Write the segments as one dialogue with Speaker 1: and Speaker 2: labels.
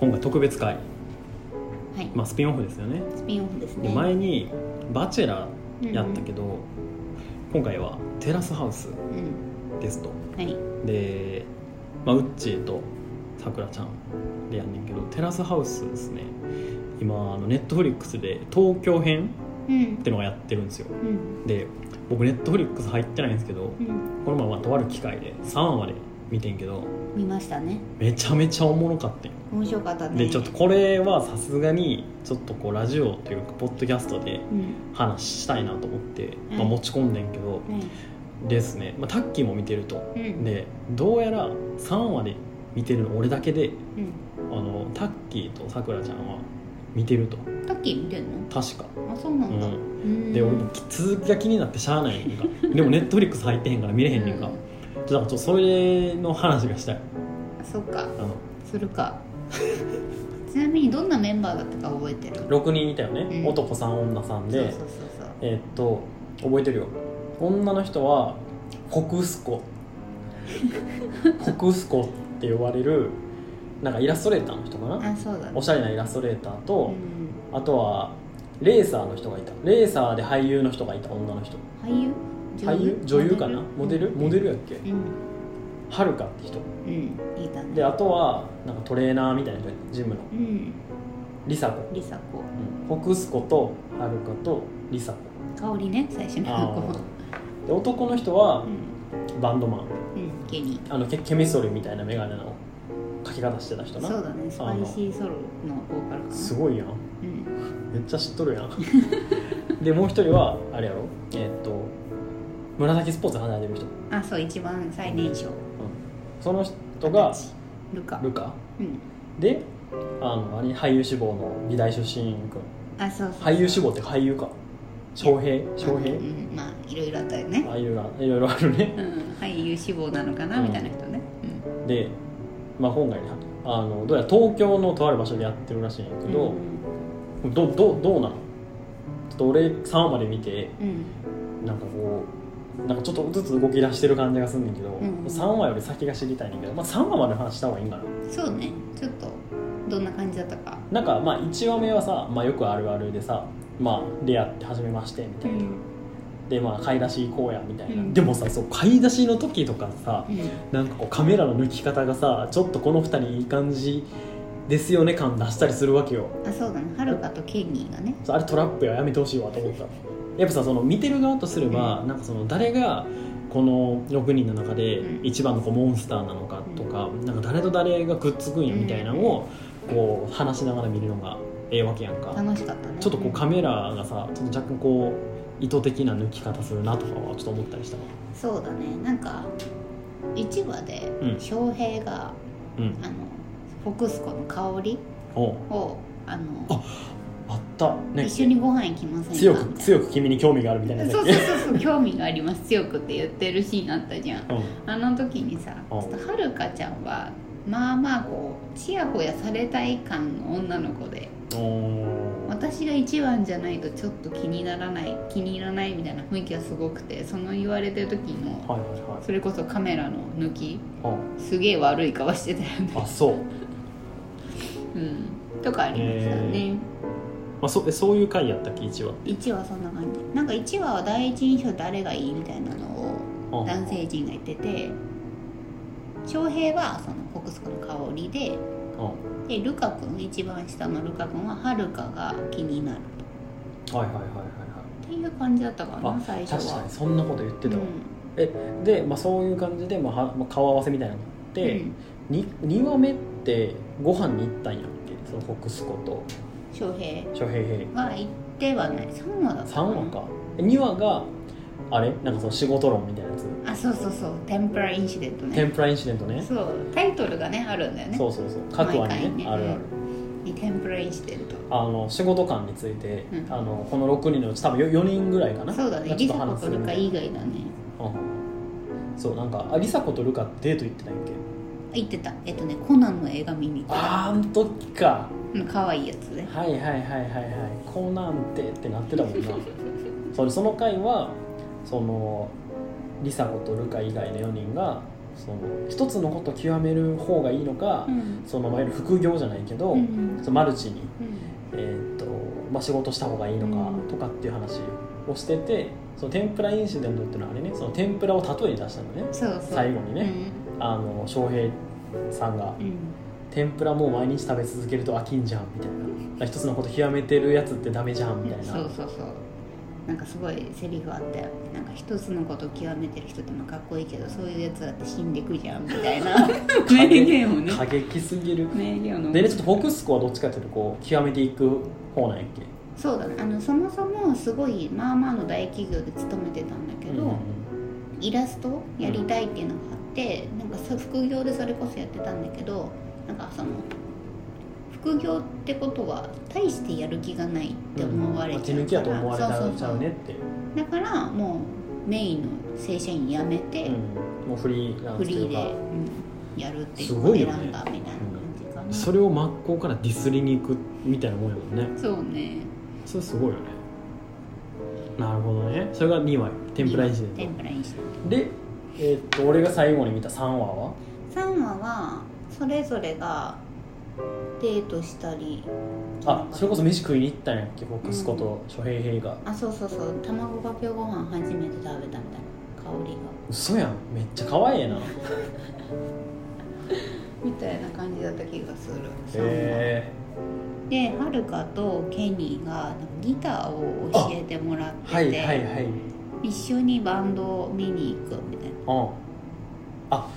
Speaker 1: 今回特別会、
Speaker 2: はい、
Speaker 1: まあ、スピンオフですよね
Speaker 2: スピンオフです
Speaker 1: で
Speaker 2: ね
Speaker 1: 前に「バチェラー」やったけど、今回は「テラスハウス
Speaker 2: うん、うん」
Speaker 1: ですと
Speaker 2: はい
Speaker 1: で、まあ、ウッチーとさくらちゃんでやんねんけどテラスハウスですね今あのネットフリックスで東京編
Speaker 2: う
Speaker 1: っ
Speaker 2: ん
Speaker 1: てのがやってるんですよ
Speaker 2: うん
Speaker 1: で僕ネットフリックス入ってないんですけど
Speaker 2: うん
Speaker 1: この前まあとある機会で3話まで見てんけど
Speaker 2: 見ましたね
Speaker 1: めちゃめちゃおもろかったんよ
Speaker 2: 面白かったね
Speaker 1: でちょっとこれはさすがにちょっとこうラジオというかポッドキャストで
Speaker 2: うん
Speaker 1: 話したいなと思って、
Speaker 2: うん
Speaker 1: まあ、持ち込んでんけど、ですね、まあ、タッキーも見てると
Speaker 2: はいうん
Speaker 1: でどうやら3話で見てるの俺だけで
Speaker 2: うん
Speaker 1: あのタッキーとさくらちゃんは見てると
Speaker 2: タッキー見てんの
Speaker 1: 確か、
Speaker 2: あそうな
Speaker 1: うん
Speaker 2: だ、
Speaker 1: ん、
Speaker 2: うん
Speaker 1: で俺もき続きが気になってしゃあないねんかでもネットフリックス入ってへんから見れへんねんか、
Speaker 2: う
Speaker 1: ちょっとだからちょっとそれの話がしたい
Speaker 2: あそっか
Speaker 1: あの
Speaker 2: するか ちなみにどんなメンバーだったか覚えてる
Speaker 1: 6人いたよね、
Speaker 2: うん
Speaker 1: 男さん女さんで
Speaker 2: そうそうそうそう
Speaker 1: えーっと覚えてるよ女の人はコクス ココクスコって呼ばれるなんかイラストレーターの人かな
Speaker 2: あそうだ
Speaker 1: お
Speaker 2: ね
Speaker 1: しゃれなイラストレーターと、
Speaker 2: うん
Speaker 1: あとはレーサーの人がいたレーサーで俳優の人がいた女の人
Speaker 2: 俳優
Speaker 1: 俳優女優かなモデルモデルやっけ
Speaker 2: うん
Speaker 1: はるかって人
Speaker 2: うんいいだね
Speaker 1: であとはなんかトレーナーみたいな人ジムの
Speaker 2: うん
Speaker 1: リサ子
Speaker 2: りさこ
Speaker 1: コクスコとはるかとリサ子
Speaker 2: 香りね最初の子
Speaker 1: で男の人
Speaker 2: う
Speaker 1: は
Speaker 2: ん
Speaker 1: バンドマン
Speaker 2: うんケニー
Speaker 1: あのケケミソリみたいなメガネのかけ方してた人
Speaker 2: そう
Speaker 1: な
Speaker 2: だねスパイシーソロのボーカルかな
Speaker 1: すごいやん
Speaker 2: うん
Speaker 1: めっちゃ知っとるやん でもう一人はあれやろえーっと紫スポーツ離れてる人
Speaker 2: あそう一番最年少
Speaker 1: その人が
Speaker 2: 二十歳ルカ
Speaker 1: ルカ
Speaker 2: うん
Speaker 1: であのあれ俳優志望の美大出身君
Speaker 2: あそうそう
Speaker 1: 俳優志望って俳優か翔平翔平
Speaker 2: うんまあいろいろあったよね
Speaker 1: ああいうがいろいろあるね
Speaker 2: うん俳優志望なのかなみたいな人ね
Speaker 1: で、まあ、今回ねあのどうやら東京のとある場所でやってるらしいんや
Speaker 2: う
Speaker 1: け
Speaker 2: ん
Speaker 1: ど、どどどうなのちょっと俺3話まで見て
Speaker 2: うん
Speaker 1: なんかこうなんかちょっとずつ動き出してる感じがすんねんけど、
Speaker 2: ん
Speaker 1: 3話より先が知りたいねんけど、まあ、3話まで話した方がいいんかな
Speaker 2: うんそうねちょっとどんな感じだったか
Speaker 1: なんかまあ1話目はさ、まあ、よくあるあるでさまあ出会って初めましてみたいな、でまあ買い出し行こうやみたいな、
Speaker 2: うん
Speaker 1: でもさそう買い出しの時とかさ
Speaker 2: うん
Speaker 1: なんかこうカメラの抜き方がさちょっとこの2人いい感じですよね感出したりするわけよ
Speaker 2: あそうだねはるかとケニーがね
Speaker 1: そうあれトラップややめてほしいわと思ったやっぱさその見てる側とすれば、なんかその誰がこの6人の中で
Speaker 2: うん
Speaker 1: 一番のこうモンスターなのかとか,、なんか誰と誰がくっつくんやみたいなのをこう話しながら見るのがええわけやんか
Speaker 2: 楽しかったね
Speaker 1: ちょっとこうカメラがさちょっと若干こう意図的な抜き方するなとかはちょっと思ったりしたわ
Speaker 2: そうだねなんか1話で
Speaker 1: うん
Speaker 2: 翔平が、
Speaker 1: うん
Speaker 2: あのフォクスコの香り
Speaker 1: おう
Speaker 2: をあの
Speaker 1: ああったね
Speaker 2: 一緒にご飯行きませんか
Speaker 1: 強く
Speaker 2: みたい
Speaker 1: 強く君に興味があるみたいな
Speaker 2: な
Speaker 1: やつ
Speaker 2: そ
Speaker 1: やっ
Speaker 2: う
Speaker 1: け
Speaker 2: そうそうそう興味があります強くって言ってるシーンあったじゃん
Speaker 1: うん
Speaker 2: あの時にさち
Speaker 1: うん
Speaker 2: ょっとはるかちゃんはまあまあこうちやほやされたい感の女の子で
Speaker 1: おー
Speaker 2: 私が一番じゃないとちょっと気にならない気に入らないみたいな雰囲気がすごくてその言われてる時の
Speaker 1: はいはいはい
Speaker 2: それこそカメラの抜き
Speaker 1: うん
Speaker 2: すげえ悪い顔してたよね、
Speaker 1: あそう、
Speaker 2: うん、とかありましたね、
Speaker 1: まあ、そえそういう回やったっけ一話
Speaker 2: 1話そんな感じなんか1話は第一印象誰がいいみたいなの
Speaker 1: う
Speaker 2: を
Speaker 1: ん
Speaker 2: 男性陣が言ってて翔平はそのコクスコの香りで
Speaker 1: うん
Speaker 2: でルカ君一番下のルカ君ははるかが気になる
Speaker 1: はいはいはいはい
Speaker 2: っていう感じだったか
Speaker 1: は
Speaker 2: ない最
Speaker 1: あ
Speaker 2: 初は
Speaker 1: 確かにそんなこと言ってたわ、
Speaker 2: う
Speaker 1: で、まあ、そういう感じで、まあは、まあ顔合わせみたいなのがあっ
Speaker 2: んう
Speaker 1: て、
Speaker 2: ん
Speaker 1: に2話目ってご飯に行ったんやっけその国スコと
Speaker 2: 翔平
Speaker 1: 諸平平
Speaker 2: は行ってはない3話だった
Speaker 1: 3話か2話があれなんかその仕事論みたいなやつ
Speaker 2: あそうそうそうテンプラインシデントね
Speaker 1: 天ぷらインシデントね
Speaker 2: そうタイトルがねあるんだよね
Speaker 1: そうそうそう各話にね
Speaker 2: 毎回ね
Speaker 1: あるある、
Speaker 2: に天ぷらインシデント
Speaker 1: あの仕事観について、
Speaker 2: うん
Speaker 1: あのこの6人のうち多分 4, 人ぐらいかな
Speaker 2: そうだね
Speaker 1: がち
Speaker 2: リ
Speaker 1: ょ
Speaker 2: サ
Speaker 1: っと
Speaker 2: コ
Speaker 1: 話す
Speaker 2: と
Speaker 1: る
Speaker 2: ルカ以外だね
Speaker 1: うんそうなんかあ梨紗子とルカデート行ってないっけ
Speaker 2: 言ってたえっとねコナンの映画見に行った
Speaker 1: あーあの時か
Speaker 2: うん可愛いやつ ね
Speaker 1: はいはいはいはいはいこうなんてってなってたもんな それその回はその梨紗子とルカ以外の4人がその一つのことを極める方がいいのか、
Speaker 2: うん
Speaker 1: そのいわゆる副業じゃないけど、
Speaker 2: うん
Speaker 1: そのマルチに、
Speaker 2: うん
Speaker 1: えーっとまあ、仕事した方がいいのか
Speaker 2: うん
Speaker 1: とかっていう話をしててその天ぷらインシデントっていうのはあれねその天ぷらを例えに出したのね
Speaker 2: そうそう
Speaker 1: 最後にね、あの翔平さんが
Speaker 2: うんうん
Speaker 1: 「天ぷらもう毎日食べ続けると飽きんじゃん」みたいな「一つのこと極めてるやつってダメじゃん」みたいな
Speaker 2: そうそうそうなんかすごいセリフあったよなんか一つのことを極めてる人ってまあかっこいいけどそういうやつだって死んでくじゃんみた いな名言をね
Speaker 1: 過激すぎる
Speaker 2: 名言を残
Speaker 1: でねちょっとフォクスコはどっちかっていうとこう極めていく方なんやっけ
Speaker 2: そうだねあのそもそもすごいまあまあの大企業で勤めてたんだけど、イラストやりたいっていうのがあって、なんかさ副業でそれこそやってたんだけどなんかその副業ってことは大してやる気がないって思われ
Speaker 1: うん
Speaker 2: ち
Speaker 1: 手
Speaker 2: ゃ
Speaker 1: 抜
Speaker 2: う
Speaker 1: き
Speaker 2: か
Speaker 1: やと
Speaker 2: ら、
Speaker 1: 思われ
Speaker 2: そう
Speaker 1: ち
Speaker 2: そ
Speaker 1: ゃ
Speaker 2: う
Speaker 1: う
Speaker 2: そ
Speaker 1: ね
Speaker 2: う
Speaker 1: って
Speaker 2: だからもうメインの正社員辞めて、
Speaker 1: うんもうフリーランス
Speaker 2: フ
Speaker 1: と
Speaker 2: リ
Speaker 1: い
Speaker 2: ー
Speaker 1: う
Speaker 2: で、
Speaker 1: か
Speaker 2: うんやるっていう
Speaker 1: す
Speaker 2: のを
Speaker 1: ごい
Speaker 2: 選
Speaker 1: よね
Speaker 2: んだみたいな感じかな、
Speaker 1: それを真っ向からディスりに行くみたいなもんやもんね
Speaker 2: そうね
Speaker 1: それすごいよねなるほどねそれが2話天ぷらインシデ
Speaker 2: 天
Speaker 1: ン
Speaker 2: ぷらにして
Speaker 1: トで、えーっと俺が最後に見た3話は
Speaker 2: 3話はそれぞれがデートしたり
Speaker 1: あそれこそ飯食いに行ったんやっけ僕息子と諸平平が、
Speaker 2: あそうそうそう卵かけご飯初めて食べたみたいな香りが
Speaker 1: 嘘やんめっちゃ可愛いな
Speaker 2: みたいな感じだった気がする3話
Speaker 1: へ
Speaker 2: ではるかとケニーがなんかギターを教えてもらっ
Speaker 1: え
Speaker 2: てて、
Speaker 1: はいはいはいうん
Speaker 2: 一緒にバンドを見に行くみたいな
Speaker 1: あ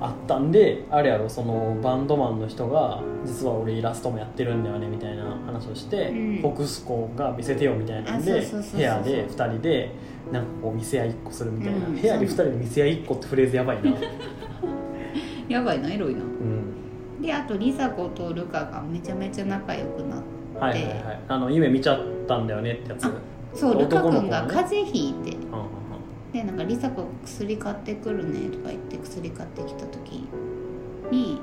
Speaker 1: あったんであれやろそのバンドマンの人が実は俺イラストもやってるんだよねみたいな話をして、
Speaker 2: うん
Speaker 1: フォクスコが見せてよみたいなん
Speaker 2: あ
Speaker 1: で
Speaker 2: そうそうそうそう
Speaker 1: 部屋で2人でなんかこう見せ合いっこするみたいな、
Speaker 2: うん
Speaker 1: 部屋で2人で見せ合いっこってフレーズやばいな
Speaker 2: やばいなエロいな
Speaker 1: うん
Speaker 2: であとリサ子とルカがめちゃめちゃ仲良くなって
Speaker 1: はいはいはいあの夢見ちゃったんだよねってやつ
Speaker 2: あ
Speaker 1: うんうん
Speaker 2: そうルカ
Speaker 1: 男の子
Speaker 2: 君が
Speaker 1: ね
Speaker 2: 風邪ひいて
Speaker 1: うん
Speaker 2: でなんか「梨紗子薬買ってくるね」とか言って薬買ってきた時に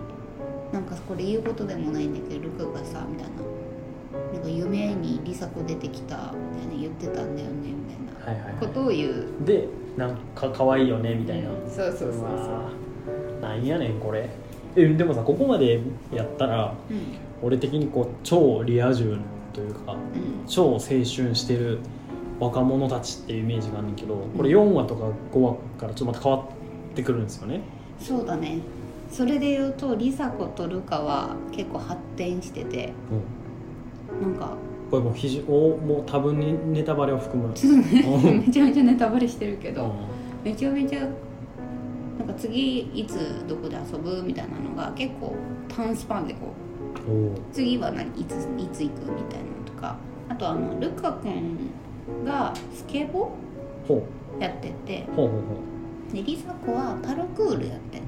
Speaker 2: なんかこれ言うことでもないんだけどルカがさみたいな「なんか夢に梨紗子出てきた」みたいな言ってたんだよねみたい
Speaker 1: はいはい
Speaker 2: な
Speaker 1: は
Speaker 2: こ
Speaker 1: い
Speaker 2: とを言う
Speaker 1: でなんか可愛いよねみたいな、
Speaker 2: そうそうそう
Speaker 1: う
Speaker 2: そう
Speaker 1: わーなんやねんこれえでもさここまでやったら
Speaker 2: うん
Speaker 1: 俺的にこう超リア充というか
Speaker 2: うん
Speaker 1: 超青春してる若者たちっていうイメージがあるんだけどこれ4話とか5話からちょっとまた変わってくるんですよね
Speaker 2: そうだねそれで言うと梨紗子とルカは結構発展してて
Speaker 1: うん
Speaker 2: なんか
Speaker 1: これもう非常おもう多分にネタバレを含む
Speaker 2: ちょっとね
Speaker 1: うん
Speaker 2: めちゃめちゃネタバレしてるけ
Speaker 1: う
Speaker 2: ど、
Speaker 1: ん
Speaker 2: めちゃめちゃなんか次いつどこで遊ぶみたいなのが結構短スパンでこう
Speaker 1: おう
Speaker 2: 次は何いついつ行くみたいなのとかあとあのルカ君がスケボ
Speaker 1: ほ
Speaker 2: ーやってて
Speaker 1: うほうほうほう
Speaker 2: でリサ子はパルクールやってんの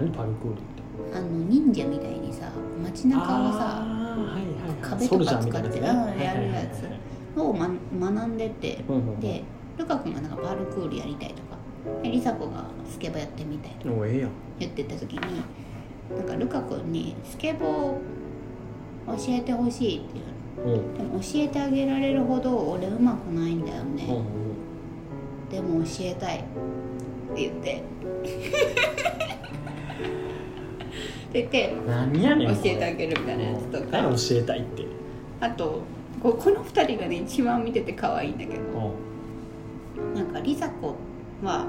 Speaker 1: 何パルクールって
Speaker 2: あの忍者みたいにさ街中をさ
Speaker 1: あーはいはいはい
Speaker 2: 壁
Speaker 1: ソル
Speaker 2: と
Speaker 1: ジャ
Speaker 2: か
Speaker 1: ーみ
Speaker 2: 使
Speaker 1: たいな
Speaker 2: って
Speaker 1: やつ
Speaker 2: う
Speaker 1: ねは
Speaker 2: んや
Speaker 1: いは
Speaker 2: る
Speaker 1: い
Speaker 2: や
Speaker 1: はい
Speaker 2: つ
Speaker 1: はい
Speaker 2: を、ま、学んでて
Speaker 1: うんうんうん
Speaker 2: でルカ君がなんかパルクールやりたいとかでリサ子がスケボーやってみたいとか
Speaker 1: おええやん
Speaker 2: 言ってた時になんかルカ君にスケボー教えてほしいっていう
Speaker 1: うん
Speaker 2: でも教えてあげられるほど俺うまくないんだよね、
Speaker 1: うんうん
Speaker 2: でも教えたいって言ってって言って
Speaker 1: うん何やねんこ
Speaker 2: 教
Speaker 1: れ
Speaker 2: えてあげるみたいなやつと
Speaker 1: 何
Speaker 2: か
Speaker 1: 教えたいって
Speaker 2: あとここの2人がね一番見てて可愛いんだけどなんか梨紗子は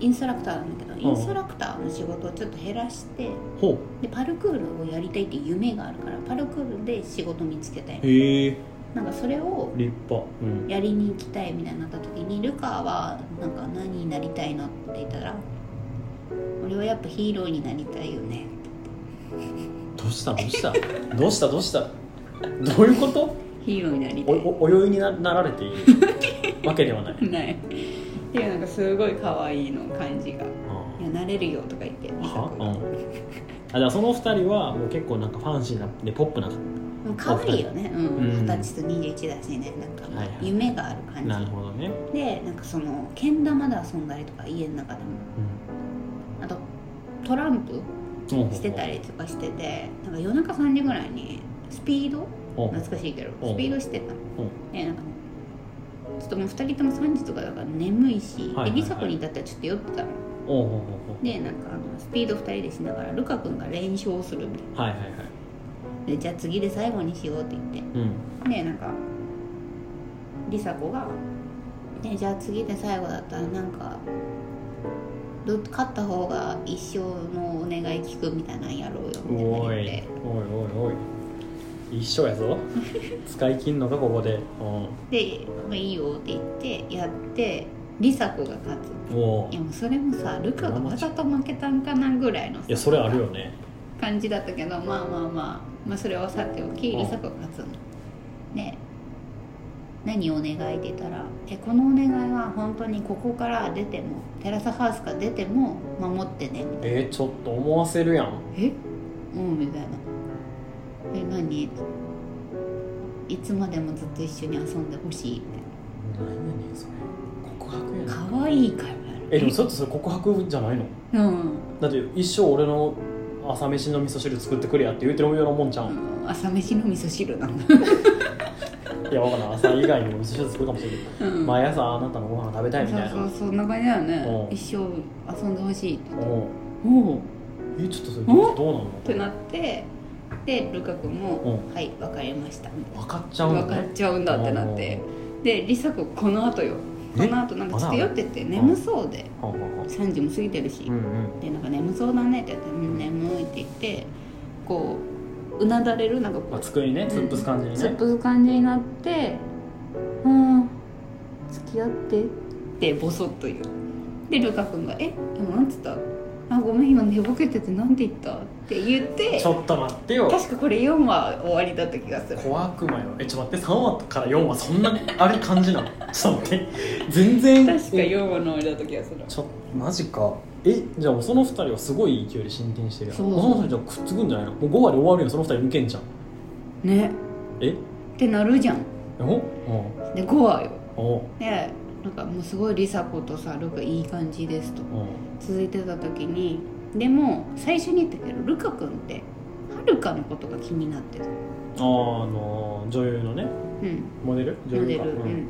Speaker 2: インストラクターなんだけどインストラクターの仕事をちょっと減らして
Speaker 1: ほう
Speaker 2: でパルクールをやりたいって夢があるからパルクールで仕事見つけたい
Speaker 1: へえ
Speaker 2: なんかそれを
Speaker 1: 立派うん
Speaker 2: やりに行きたいみたいになった時にルカはなんか何になりたいのって言ったら「俺はやっぱヒーローになりたいよね
Speaker 1: どうしたどうした どうしたどうしたどういうこと
Speaker 2: ヒーローになりた
Speaker 1: お
Speaker 2: い」
Speaker 1: おお酔いにななられて いるわけではない、うん
Speaker 2: ないっていうなんかすごい可愛いの感じが「いやなれるよ」とか言ってリサ
Speaker 1: は
Speaker 2: 子
Speaker 1: う
Speaker 2: が
Speaker 1: ん、あ
Speaker 2: も
Speaker 1: だからその二人はもう結構なんかファンシーなでポップな
Speaker 2: う可愛いよねうん
Speaker 1: うん
Speaker 2: 二十、歳と21だしねなんか
Speaker 1: はいはい
Speaker 2: 夢がある感じ、
Speaker 1: なるほどね、
Speaker 2: でなんかそのけん玉で遊んだりとか家の中でもあとトランプ
Speaker 1: うんうん、
Speaker 2: してたりとかしててなんか夜中3時ぐらいにスピード
Speaker 1: うん
Speaker 2: 懐かしいけど
Speaker 1: うん
Speaker 2: スピードしてた
Speaker 1: うん
Speaker 2: でなんかちょっともう2人とも3時とかだから眠い
Speaker 1: はい
Speaker 2: し
Speaker 1: はいはい
Speaker 2: で梨紗子に至ってはちょっと酔ってたの
Speaker 1: おうおうおうおう
Speaker 2: でなんかあのスピード2人でしながらルカ君が連勝するみたい
Speaker 1: はいはいはい
Speaker 2: なでじゃあ次で最後にしようって言っ
Speaker 1: うん
Speaker 2: てでなんか梨紗子が、ね「じゃあ次で最後だったらなんかど勝った方が一生のお願い聞くみたいなんやろうよ」みたいな
Speaker 1: おいお
Speaker 2: 言
Speaker 1: い
Speaker 2: って
Speaker 1: おいおい一緒や ぞ使い切んのかここで
Speaker 2: で「まあ、いいよ」って言ってやって梨紗子が勝つ
Speaker 1: うんおう
Speaker 2: いやもうそれもさルカがわざと負けたんかなぐらいのさ
Speaker 1: いやそれあるよね
Speaker 2: 感じだったけどまあまあまあ、まあ、それはさておき
Speaker 1: うん
Speaker 2: 梨紗子が勝つの。で何お願い出たら「えこのお願いは本当にここから出てもテラスハウスから出ても守ってね」みたいな
Speaker 1: えー、ちょっと思わせるやん
Speaker 2: 「えうん」みたいな「え何?」いつまでもずっと一緒に遊んでほしい」み
Speaker 1: 何やねんそれ告白や
Speaker 2: たい
Speaker 1: ん
Speaker 2: な「可愛いから」
Speaker 1: えでもそれってそれ告白じゃないの
Speaker 2: うん
Speaker 1: だって一生俺の朝飯の味噌汁作ってくれやって言うてるようなもんじゃ
Speaker 2: あ
Speaker 1: ん、
Speaker 2: の朝飯の味噌汁なんだ、
Speaker 1: いやわからん朝以外にも味噌汁作るかもしれない、
Speaker 2: うん
Speaker 1: 毎朝あなたのご飯食べたいみたいな
Speaker 2: そうそうそんな感じだよね
Speaker 1: うん
Speaker 2: 一生遊んでほしいって
Speaker 1: おう
Speaker 2: おお
Speaker 1: えちょっとそれ
Speaker 2: ん
Speaker 1: どうなの
Speaker 2: ってなってでルカ君も
Speaker 1: う
Speaker 2: 「はい分かりました」みたいな
Speaker 1: 分かっちゃうの
Speaker 2: 分かっちゃうんだってなってで梨紗子この後よこ
Speaker 1: え
Speaker 2: の後なんかちょっと酔ってて眠そうで
Speaker 1: ははは
Speaker 2: 3時も過ぎてるし
Speaker 1: うんうん
Speaker 2: でなんか眠そうだねって言って「うん眠い」って言ってこううなだれるなんかこ
Speaker 1: まあ、
Speaker 2: う
Speaker 1: 机にね突っ伏す感じに
Speaker 2: 突っ
Speaker 1: ね、
Speaker 2: 伏す感じになって「うん付き合って」ってボソッと言うでルカ君が「え今なんつった?」「あごめん今寝ぼけててなんて言った?」って言って
Speaker 1: ちょっと待ってよ
Speaker 2: 確かこれ4話終わりだった気がする
Speaker 1: 小悪魔よえちょっと待って3話から4話そんなあれ感じなの ちょっと待って全然
Speaker 2: 確か4話の終わりだった気がする
Speaker 1: ちょっとマジかえじゃあもうその2人はすごい勢いで進展してるやん
Speaker 2: そ
Speaker 1: そうの2人じゃあくっつくんじゃないのもう5話で終わるよその2人抜けんじゃん
Speaker 2: ね
Speaker 1: え
Speaker 2: ってなるじゃん
Speaker 1: お
Speaker 2: で5話よ
Speaker 1: おお
Speaker 2: でなんかもうすごい梨紗子とさルカいい感じですと
Speaker 1: お
Speaker 2: 続いてた時にでも最初に言ったけどルカ君ってはるかのことが気になってる
Speaker 1: あーあのー女優のね
Speaker 2: うん
Speaker 1: モデル
Speaker 2: モ
Speaker 1: 女
Speaker 2: デ
Speaker 1: 優か
Speaker 2: ル、うん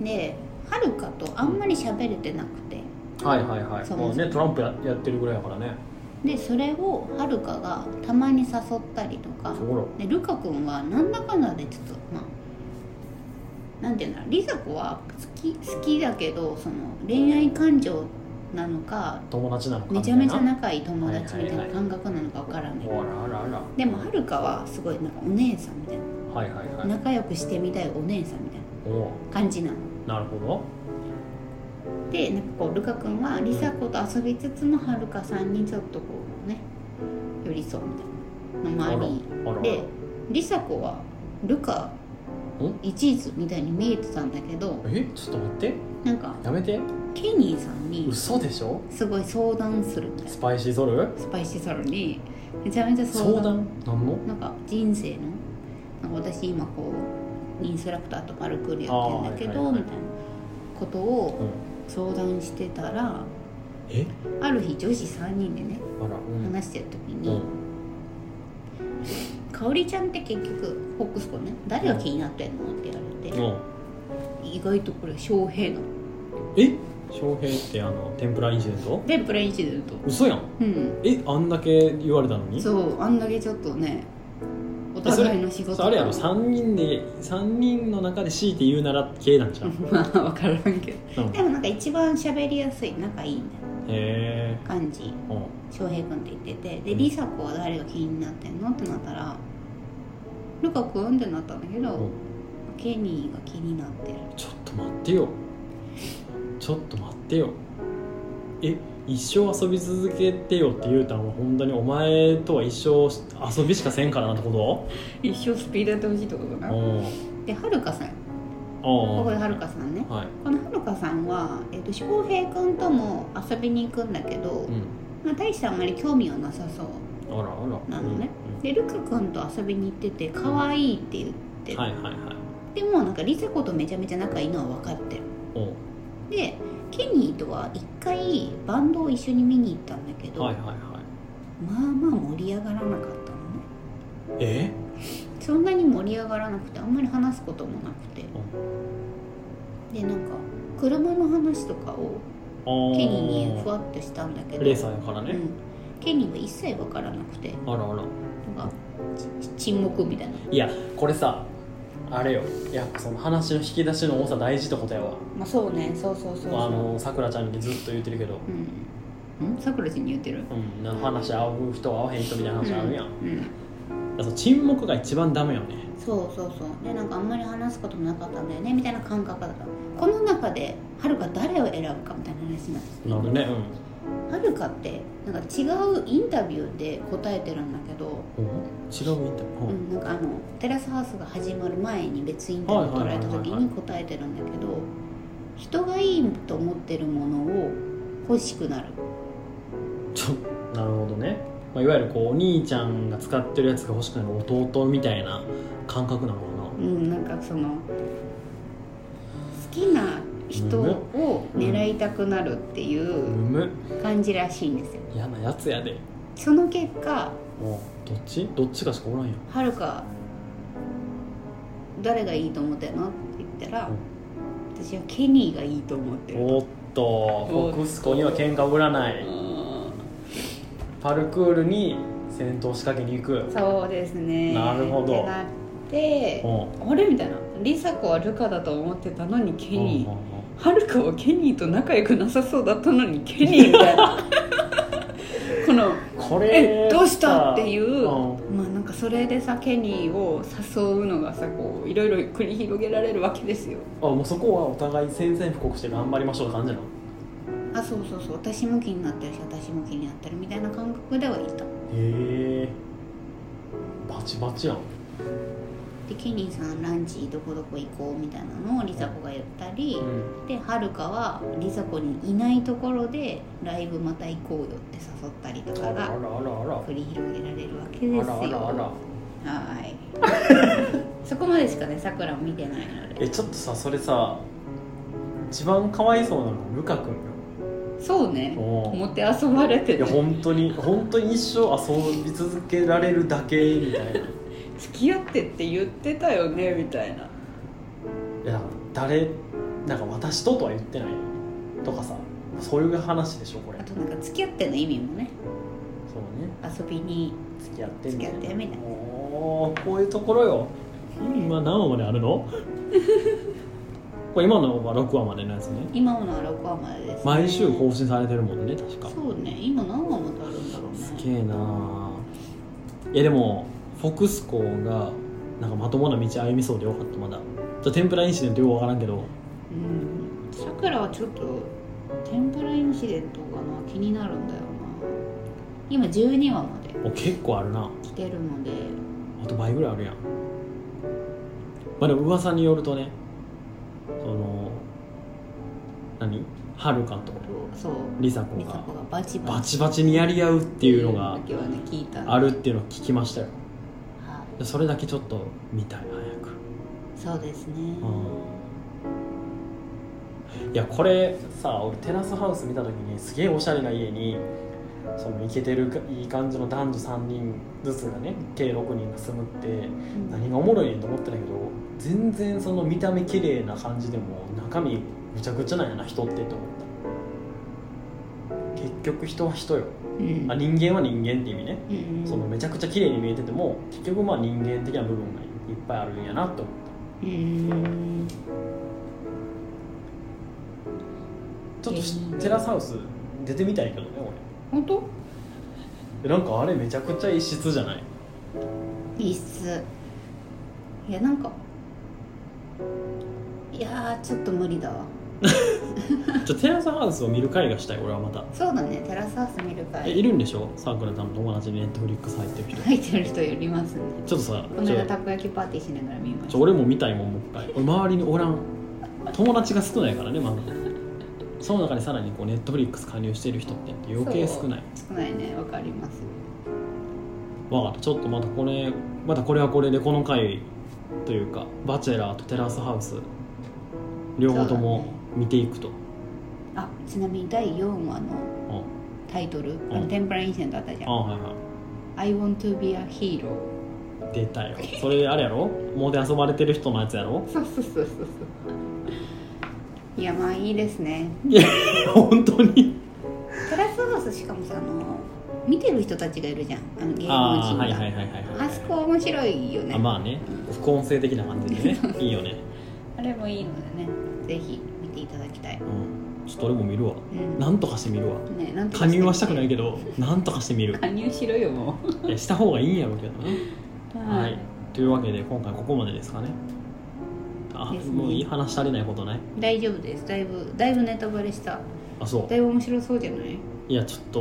Speaker 2: ではるかとあんまり喋れてなくて
Speaker 1: うん、はいはいはい
Speaker 2: そう
Speaker 1: もうねトランプややってるぐらいやからね
Speaker 2: でそれをはるかがたまに誘ったりとか
Speaker 1: そこら
Speaker 2: でルカ君はなんだかんだでちょっとまあなんていうんだろう梨紗子は好き好きだけどその恋愛感情なのか
Speaker 1: 友達なのか
Speaker 2: め
Speaker 1: み
Speaker 2: ち
Speaker 1: た
Speaker 2: ゃ
Speaker 1: いな
Speaker 2: めちゃ仲いい友達みたい
Speaker 1: は
Speaker 2: ない
Speaker 1: はいはい
Speaker 2: 感覚なのかわからない、
Speaker 1: おらあらあら
Speaker 2: でもはるかはすごいなんかお姉さんみたいな
Speaker 1: はいはいはい
Speaker 2: 仲良くしてみたいお姉さんみたい
Speaker 1: おお
Speaker 2: な感じなの
Speaker 1: なるほど
Speaker 2: でなんかこうルカ君は梨紗子と遊びつつもはるかさんにちょっとこうね寄り添うみたいなのもあり
Speaker 1: あらあら
Speaker 2: で梨紗子はルカ
Speaker 1: ん
Speaker 2: 一途みたいに見えてたんだけど
Speaker 1: えちょっと待って
Speaker 2: なんか
Speaker 1: やめて
Speaker 2: ケニーさんに
Speaker 1: 嘘でしょ
Speaker 2: すごい相談するみたいな
Speaker 1: スパイシーソル
Speaker 2: スパイシーサロンにめちゃめちゃ相
Speaker 1: 相
Speaker 2: 談
Speaker 1: 談なんの
Speaker 2: なんか人生のなんか私今こうインストラクターとパルクールやってんだけ
Speaker 1: あー
Speaker 2: ど
Speaker 1: はいはいはい
Speaker 2: みたいなこと
Speaker 1: う
Speaker 2: を
Speaker 1: ん
Speaker 2: 相談してたら
Speaker 1: え
Speaker 2: ある日女子3人でね
Speaker 1: あらうん
Speaker 2: 話してる時
Speaker 1: う
Speaker 2: に
Speaker 1: ん
Speaker 2: 「かおりちゃんって結局フォックスコね誰が気になってんの?」って言われて
Speaker 1: うん
Speaker 2: 意外とこれ翔平なの
Speaker 1: え翔平ってあの天ぷらインシデント
Speaker 2: でプレインシデント
Speaker 1: 嘘やん
Speaker 2: うん
Speaker 1: えあんだけ言われたのに
Speaker 2: そうあんだけちょっとねお互いの仕事
Speaker 1: そうあれやろ3人で三人の中で強いて言うなら系なんちゃう、
Speaker 2: まあ分からんけど
Speaker 1: うん、
Speaker 2: でもなんか一番喋りやすい仲いいみたい
Speaker 1: へえ
Speaker 2: な感じ
Speaker 1: うん
Speaker 2: 翔平君って言っててで
Speaker 1: うん
Speaker 2: 梨紗子は誰が気になってんのってなったら「ルカ君?」ってなったんだけど、
Speaker 1: うん
Speaker 2: ケニーが気になってる
Speaker 1: ちょっと待ってよちょっと待ってよえ一生遊び続けてよって言うたんは本当にお前とは一生遊びしかせんからなってこ
Speaker 2: 一生スピードやってほしいってこと
Speaker 1: と
Speaker 2: か
Speaker 1: おお
Speaker 2: ではるかさんこ
Speaker 1: お
Speaker 2: こ
Speaker 1: お
Speaker 2: ではるかさんね
Speaker 1: はい
Speaker 2: このはるかさんは、えっと翔平君とも遊びに行くんだけど、
Speaker 1: うん
Speaker 2: まあ、大してあんまり興味はなさそう
Speaker 1: あらあら
Speaker 2: なのね、でルカ君と遊びに行ってて可愛いって言って
Speaker 1: うん
Speaker 2: る、
Speaker 1: はいはいはい
Speaker 2: でもなんか梨紗子とめちゃめちゃ仲いいのは分かってる
Speaker 1: おう
Speaker 2: でケニーとは一回バンドを一緒に見に行ったんだけど、
Speaker 1: はいはいはい
Speaker 2: まあまあ盛り上がらなかったのね
Speaker 1: え
Speaker 2: そんなに盛り上がらなくてあんまり話すこともなくてでなんか車の話とかをケニーに
Speaker 1: ー
Speaker 2: ふわっとしたんだけど
Speaker 1: レーサーやからね
Speaker 2: う、ん、ケニーは一切分からなくて
Speaker 1: あらあら
Speaker 2: なんかち沈黙みたいない
Speaker 1: やこれさあれよやっぱその話の引き出しの多さ大事ってことやわ
Speaker 2: まあそうねそうそうそうそう
Speaker 1: あのさくらちゃんにずっと言ってるけど
Speaker 2: うんんさくらちゃんに言ってる
Speaker 1: うんな話合う人合わへん人みたいな話あるやん、だか
Speaker 2: うんうん
Speaker 1: らその沈黙が一番ダメよね
Speaker 2: そうそうそうでなんかあんまり話すこともなかったんだよねみたいな感覚だったこの中ではるか誰を選ぶかみたいな話になって
Speaker 1: なるね
Speaker 2: はるかってなんか違うインタビューで答えてるんだけど、
Speaker 1: うん、違うインタビュー、
Speaker 2: う
Speaker 1: うん
Speaker 2: ん、なんかあのテラスハウスが始まる前に別インタビュー取られた時に答えてるんだけど人がいいと思ってるものを欲しくなる
Speaker 1: ちょなるほどね、まあ、いわゆるこうお兄ちゃんが使ってるやつが欲しくなる弟みたいな感覚なのかな
Speaker 2: うん、なんかその好きな人を狙いたくなるっていうう
Speaker 1: む
Speaker 2: 感じらしいんですよ
Speaker 1: 嫌なやつやで
Speaker 2: その結果
Speaker 1: もうどっちどっちかしかおらんやん
Speaker 2: はるか誰がいいと思ってるのって言ったら
Speaker 1: うん
Speaker 2: 私はケニーがいいと思ってる
Speaker 1: おっとフォックスコには喧嘩を売らないパルクールに戦闘仕掛けに行く
Speaker 2: そうですね
Speaker 1: なるほど
Speaker 2: ってなって
Speaker 1: うん
Speaker 2: あれみたいなリサ子はルカだと思ってたのにケニ
Speaker 1: うん
Speaker 2: ー
Speaker 1: うん
Speaker 2: はるかはケニーと仲良くなさそうだったのにケニーみた いなこの
Speaker 1: うんこ
Speaker 2: 「
Speaker 1: れ
Speaker 2: えどうした?」っていう、
Speaker 1: うん
Speaker 2: まあなんかそれでさケニーを誘うのがさこういろいろ繰り広げられるわけですよ
Speaker 1: あもうそこはお互い宣戦布告して頑張りましょうって感じなの
Speaker 2: あそうそうそう私も気になってるし私も気になってるみたいな感覚ではいたで
Speaker 1: へえバチバチやん
Speaker 2: ケニーさんランチどこどこ行こうみたいなのをリサ子が言ったり
Speaker 1: うん
Speaker 2: ではるかはリサ子にいないところでライブまた行こうよって誘ったりと
Speaker 1: あ
Speaker 2: から
Speaker 1: あら
Speaker 2: が
Speaker 1: あらあら
Speaker 2: 繰り広げられるわけで
Speaker 1: あ
Speaker 2: すよ
Speaker 1: らあらあら
Speaker 2: はい そこまでしかねさくらを見てないので
Speaker 1: えちょっとさそれさ一番かわいそうなのルカ君よ
Speaker 2: そうね
Speaker 1: おー
Speaker 2: 持って遊ばれて
Speaker 1: い
Speaker 2: る
Speaker 1: や本当に本当に一生遊び続けられるだけみ たいな
Speaker 2: 付き合ってって言ってたよねみたいない
Speaker 1: や誰なんか私ととは言ってないとかさそういう話でしょこれ
Speaker 2: あとなんか付き合っての意味もね
Speaker 1: そうね
Speaker 2: 遊びに
Speaker 1: 付き合って
Speaker 2: 付き合ってみたいな
Speaker 1: おーこういうところよ今何話まであるのこれ今のは6話までのやつね
Speaker 2: 今のは6話までです、ね、
Speaker 1: 毎週更新されてるもんね確か
Speaker 2: そうね今何話まであるんだろうね
Speaker 1: すげえなあいやでもフォクスコがなんかまともな道歩みそうでよかったまだじゃあ天ぷらインシデントよくわからんけど
Speaker 2: うんさくらはちょっと天ぷらインシデントがな気になるんだよな今12話まで
Speaker 1: お結構あるな
Speaker 2: 来てるので
Speaker 1: あと倍ぐらいあるやんまあでも噂によるとねその何はるかと
Speaker 2: そう
Speaker 1: りさ子
Speaker 2: 美佐
Speaker 1: が
Speaker 2: 子がバチバチ
Speaker 1: バチバチにやり合うっていうのが
Speaker 2: 時はね聞いた
Speaker 1: あるっていうのを聞きましたよ
Speaker 2: は
Speaker 1: でそれだけちょっと見たい早く
Speaker 2: いそうですね
Speaker 1: うんいやこれさ俺テラスハウス見た時にすげえおしゃれな家にそのイケてるいい感じの男女3人ずつがね計6人が住むって
Speaker 2: うん
Speaker 1: 何がおもろいねんと思ってたけど全然その見た目綺麗な感じでも中身ぐちゃぐちゃなんやな人ってと思った結局人は人よ
Speaker 2: うん
Speaker 1: あ人間は人間って意味ね
Speaker 2: うんうん
Speaker 1: そのめちゃくちゃ綺麗に見えてても結局まあ人間的な部分がいっぱいあるんやなと思った
Speaker 2: うん
Speaker 1: ちょっとし
Speaker 2: うん
Speaker 1: テラスハウス出てみたいけどね
Speaker 2: 本当
Speaker 1: 俺なんかあれめちゃくちゃ一室じゃない
Speaker 2: いいっすいやなんかいやーちょっと無理だわ
Speaker 1: ちょテラスハウスを見る会がしたい俺はまた
Speaker 2: そうだねテラスハウス見るか
Speaker 1: えいるんでしょさくらちゃんの友達にネットフリックス入ってる人ちょ
Speaker 2: 入ってる人よりますね
Speaker 1: っとさ
Speaker 2: この
Speaker 1: ち
Speaker 2: 間
Speaker 1: ょ
Speaker 2: たこ焼きパーティーしながら見まし
Speaker 1: ち
Speaker 2: た
Speaker 1: ょ俺も見たいもんもう一回俺周りにおらん友達が少ないからねまだその中にさらにこうネットフリックス加入してる人って余計少ない
Speaker 2: 少ないねわかります
Speaker 1: わかったちょっとまたこれまたこれはこれでこの回というか「バチェラー」と「テラスハウス」両方とも見ていくと、
Speaker 2: あちなみに第4話
Speaker 1: う
Speaker 2: の
Speaker 1: ん
Speaker 2: タイトル「あ
Speaker 1: う
Speaker 2: の
Speaker 1: ん
Speaker 2: 天ぷらインセント」あったじゃ
Speaker 1: あ
Speaker 2: ん
Speaker 1: はいはい
Speaker 2: 「I want to be a hero
Speaker 1: 出たよそれあれやろもうで遊ばれてる人のやつやろ」
Speaker 2: そうそうそうそうそういやまあいいですね
Speaker 1: 本当に
Speaker 2: テラスハウスしかもさあの見てる人たちがいるじゃんあの芸能人が
Speaker 1: ああ
Speaker 2: あ,、
Speaker 1: はいはいはいはいはい
Speaker 2: そこ面白いよね
Speaker 1: あ
Speaker 2: あ,、
Speaker 1: まあね副音声的な感じで ねいいよね、
Speaker 2: れもいいのでねぜひ見ていただきたい、
Speaker 1: うん、ちょっと俺も見るわ
Speaker 2: うん
Speaker 1: なんとかして見るわ
Speaker 2: ね、なんとか
Speaker 1: 加入はしたくない
Speaker 2: け
Speaker 1: けどなんとかして見る
Speaker 2: ど加入しろよも
Speaker 1: いやした方がいいんやろうけどな
Speaker 2: う
Speaker 1: はい、というわけで今回ここまでですかねあ
Speaker 2: ですね
Speaker 1: もういい話し足りないことない
Speaker 2: 大丈夫ですだいぶだいぶネタバレした
Speaker 1: あそう
Speaker 2: だいぶ面白そうじゃない
Speaker 1: いやちょっと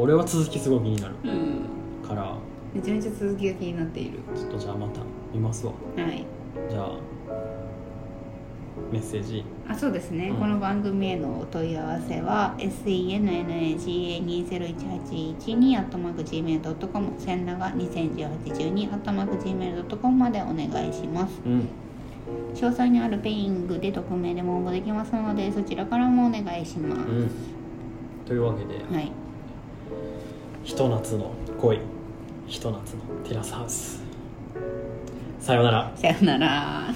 Speaker 1: 俺は続きすごい気になる
Speaker 2: うん
Speaker 1: から
Speaker 2: めちゃめちゃ続きが気になっている
Speaker 1: ちょっとじゃあまた見ますわ
Speaker 2: はい
Speaker 1: じゃあメッセージ
Speaker 2: あそうですね、
Speaker 1: うん
Speaker 2: この番組へのお問い合わせは sennaga201812.gmail.com 千長201812 .gmail.com までお願いします
Speaker 1: うん
Speaker 2: 詳細にあるペイングで匿名でも応募できますのでそちらからもお願いします
Speaker 1: う、んというわけで
Speaker 2: はい
Speaker 1: ひと夏の恋ひと夏のテラスハウスさようなら
Speaker 2: さよなら